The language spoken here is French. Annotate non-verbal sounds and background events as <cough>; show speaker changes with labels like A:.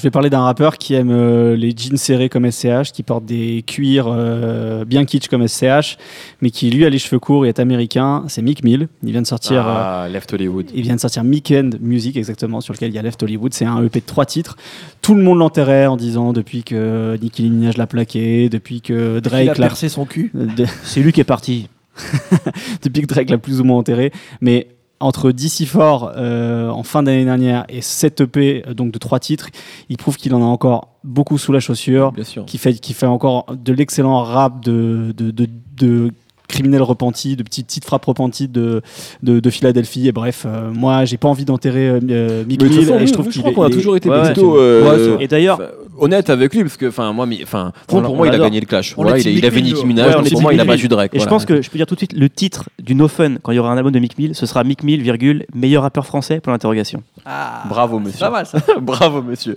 A: Je vais parler d'un rappeur qui aime euh, les jeans serrés comme SCH, qui porte des cuirs euh, bien kitsch comme SCH, mais qui lui a les cheveux courts et est américain. C'est Mick Mill. Il vient de sortir. euh,
B: Ah, Left Hollywood.
A: il vient de sortir Weekend Music, exactement, sur lequel il y a Left Hollywood. C'est un EP de trois titres. Tout le monde l'enterrait en disant depuis que Nicki Minaj l'a plaqué, depuis que
C: Il a
A: Drake l'a
C: percé son cul.
A: de-
C: <laughs> C'est lui qui est parti.
A: <laughs> depuis que Drake l'a plus ou moins enterré. Mais entre DC Fort euh, en fin d'année dernière et 7 EP, euh, donc de trois titres, il prouve qu'il en a encore beaucoup sous la chaussure,
B: Bien sûr.
A: qui fait, qui fait encore de l'excellent rap de, de, de, de criminels repentis, de petites, petites frappes repenties de, de, de Philadelphie. Et bref, euh, moi, j'ai pas envie d'enterrer euh, euh, Mick
D: Mais de toute
A: Mill,
D: façon,
A: et je
D: nous,
A: trouve
D: je
A: qu'il
D: crois
A: est-
D: qu'on a
A: il est-
D: toujours été
B: ouais,
D: plutôt. euh,
C: Et d'ailleurs,
B: Enfin, honnête avec lui parce que enfin moi mais
C: On
B: enfin pour,
C: l'a-
B: pour
C: on
B: moi il a
C: l'adore.
B: gagné le clash
C: On
B: Voilà,
C: l'a
B: il, a,
C: dit
B: il
C: Mick
B: a battu
C: Mill,
B: Nicki
C: ouais.
B: Minaj
C: Ouais, on
B: mais
C: l'a
B: pour
C: dit
B: moi il a
C: Mick
B: battu Drake
D: Et je
B: voilà.
D: pense que je peux dire tout de suite, le titre du No Fun, quand il y aura un album de Mick Mill, ce sera Mick Mill, virgule, meilleur rappeur français pour l'interrogation.
C: Ah,
B: bravo
C: c'est
B: monsieur
C: pas mal ça.
B: <laughs> bravo monsieur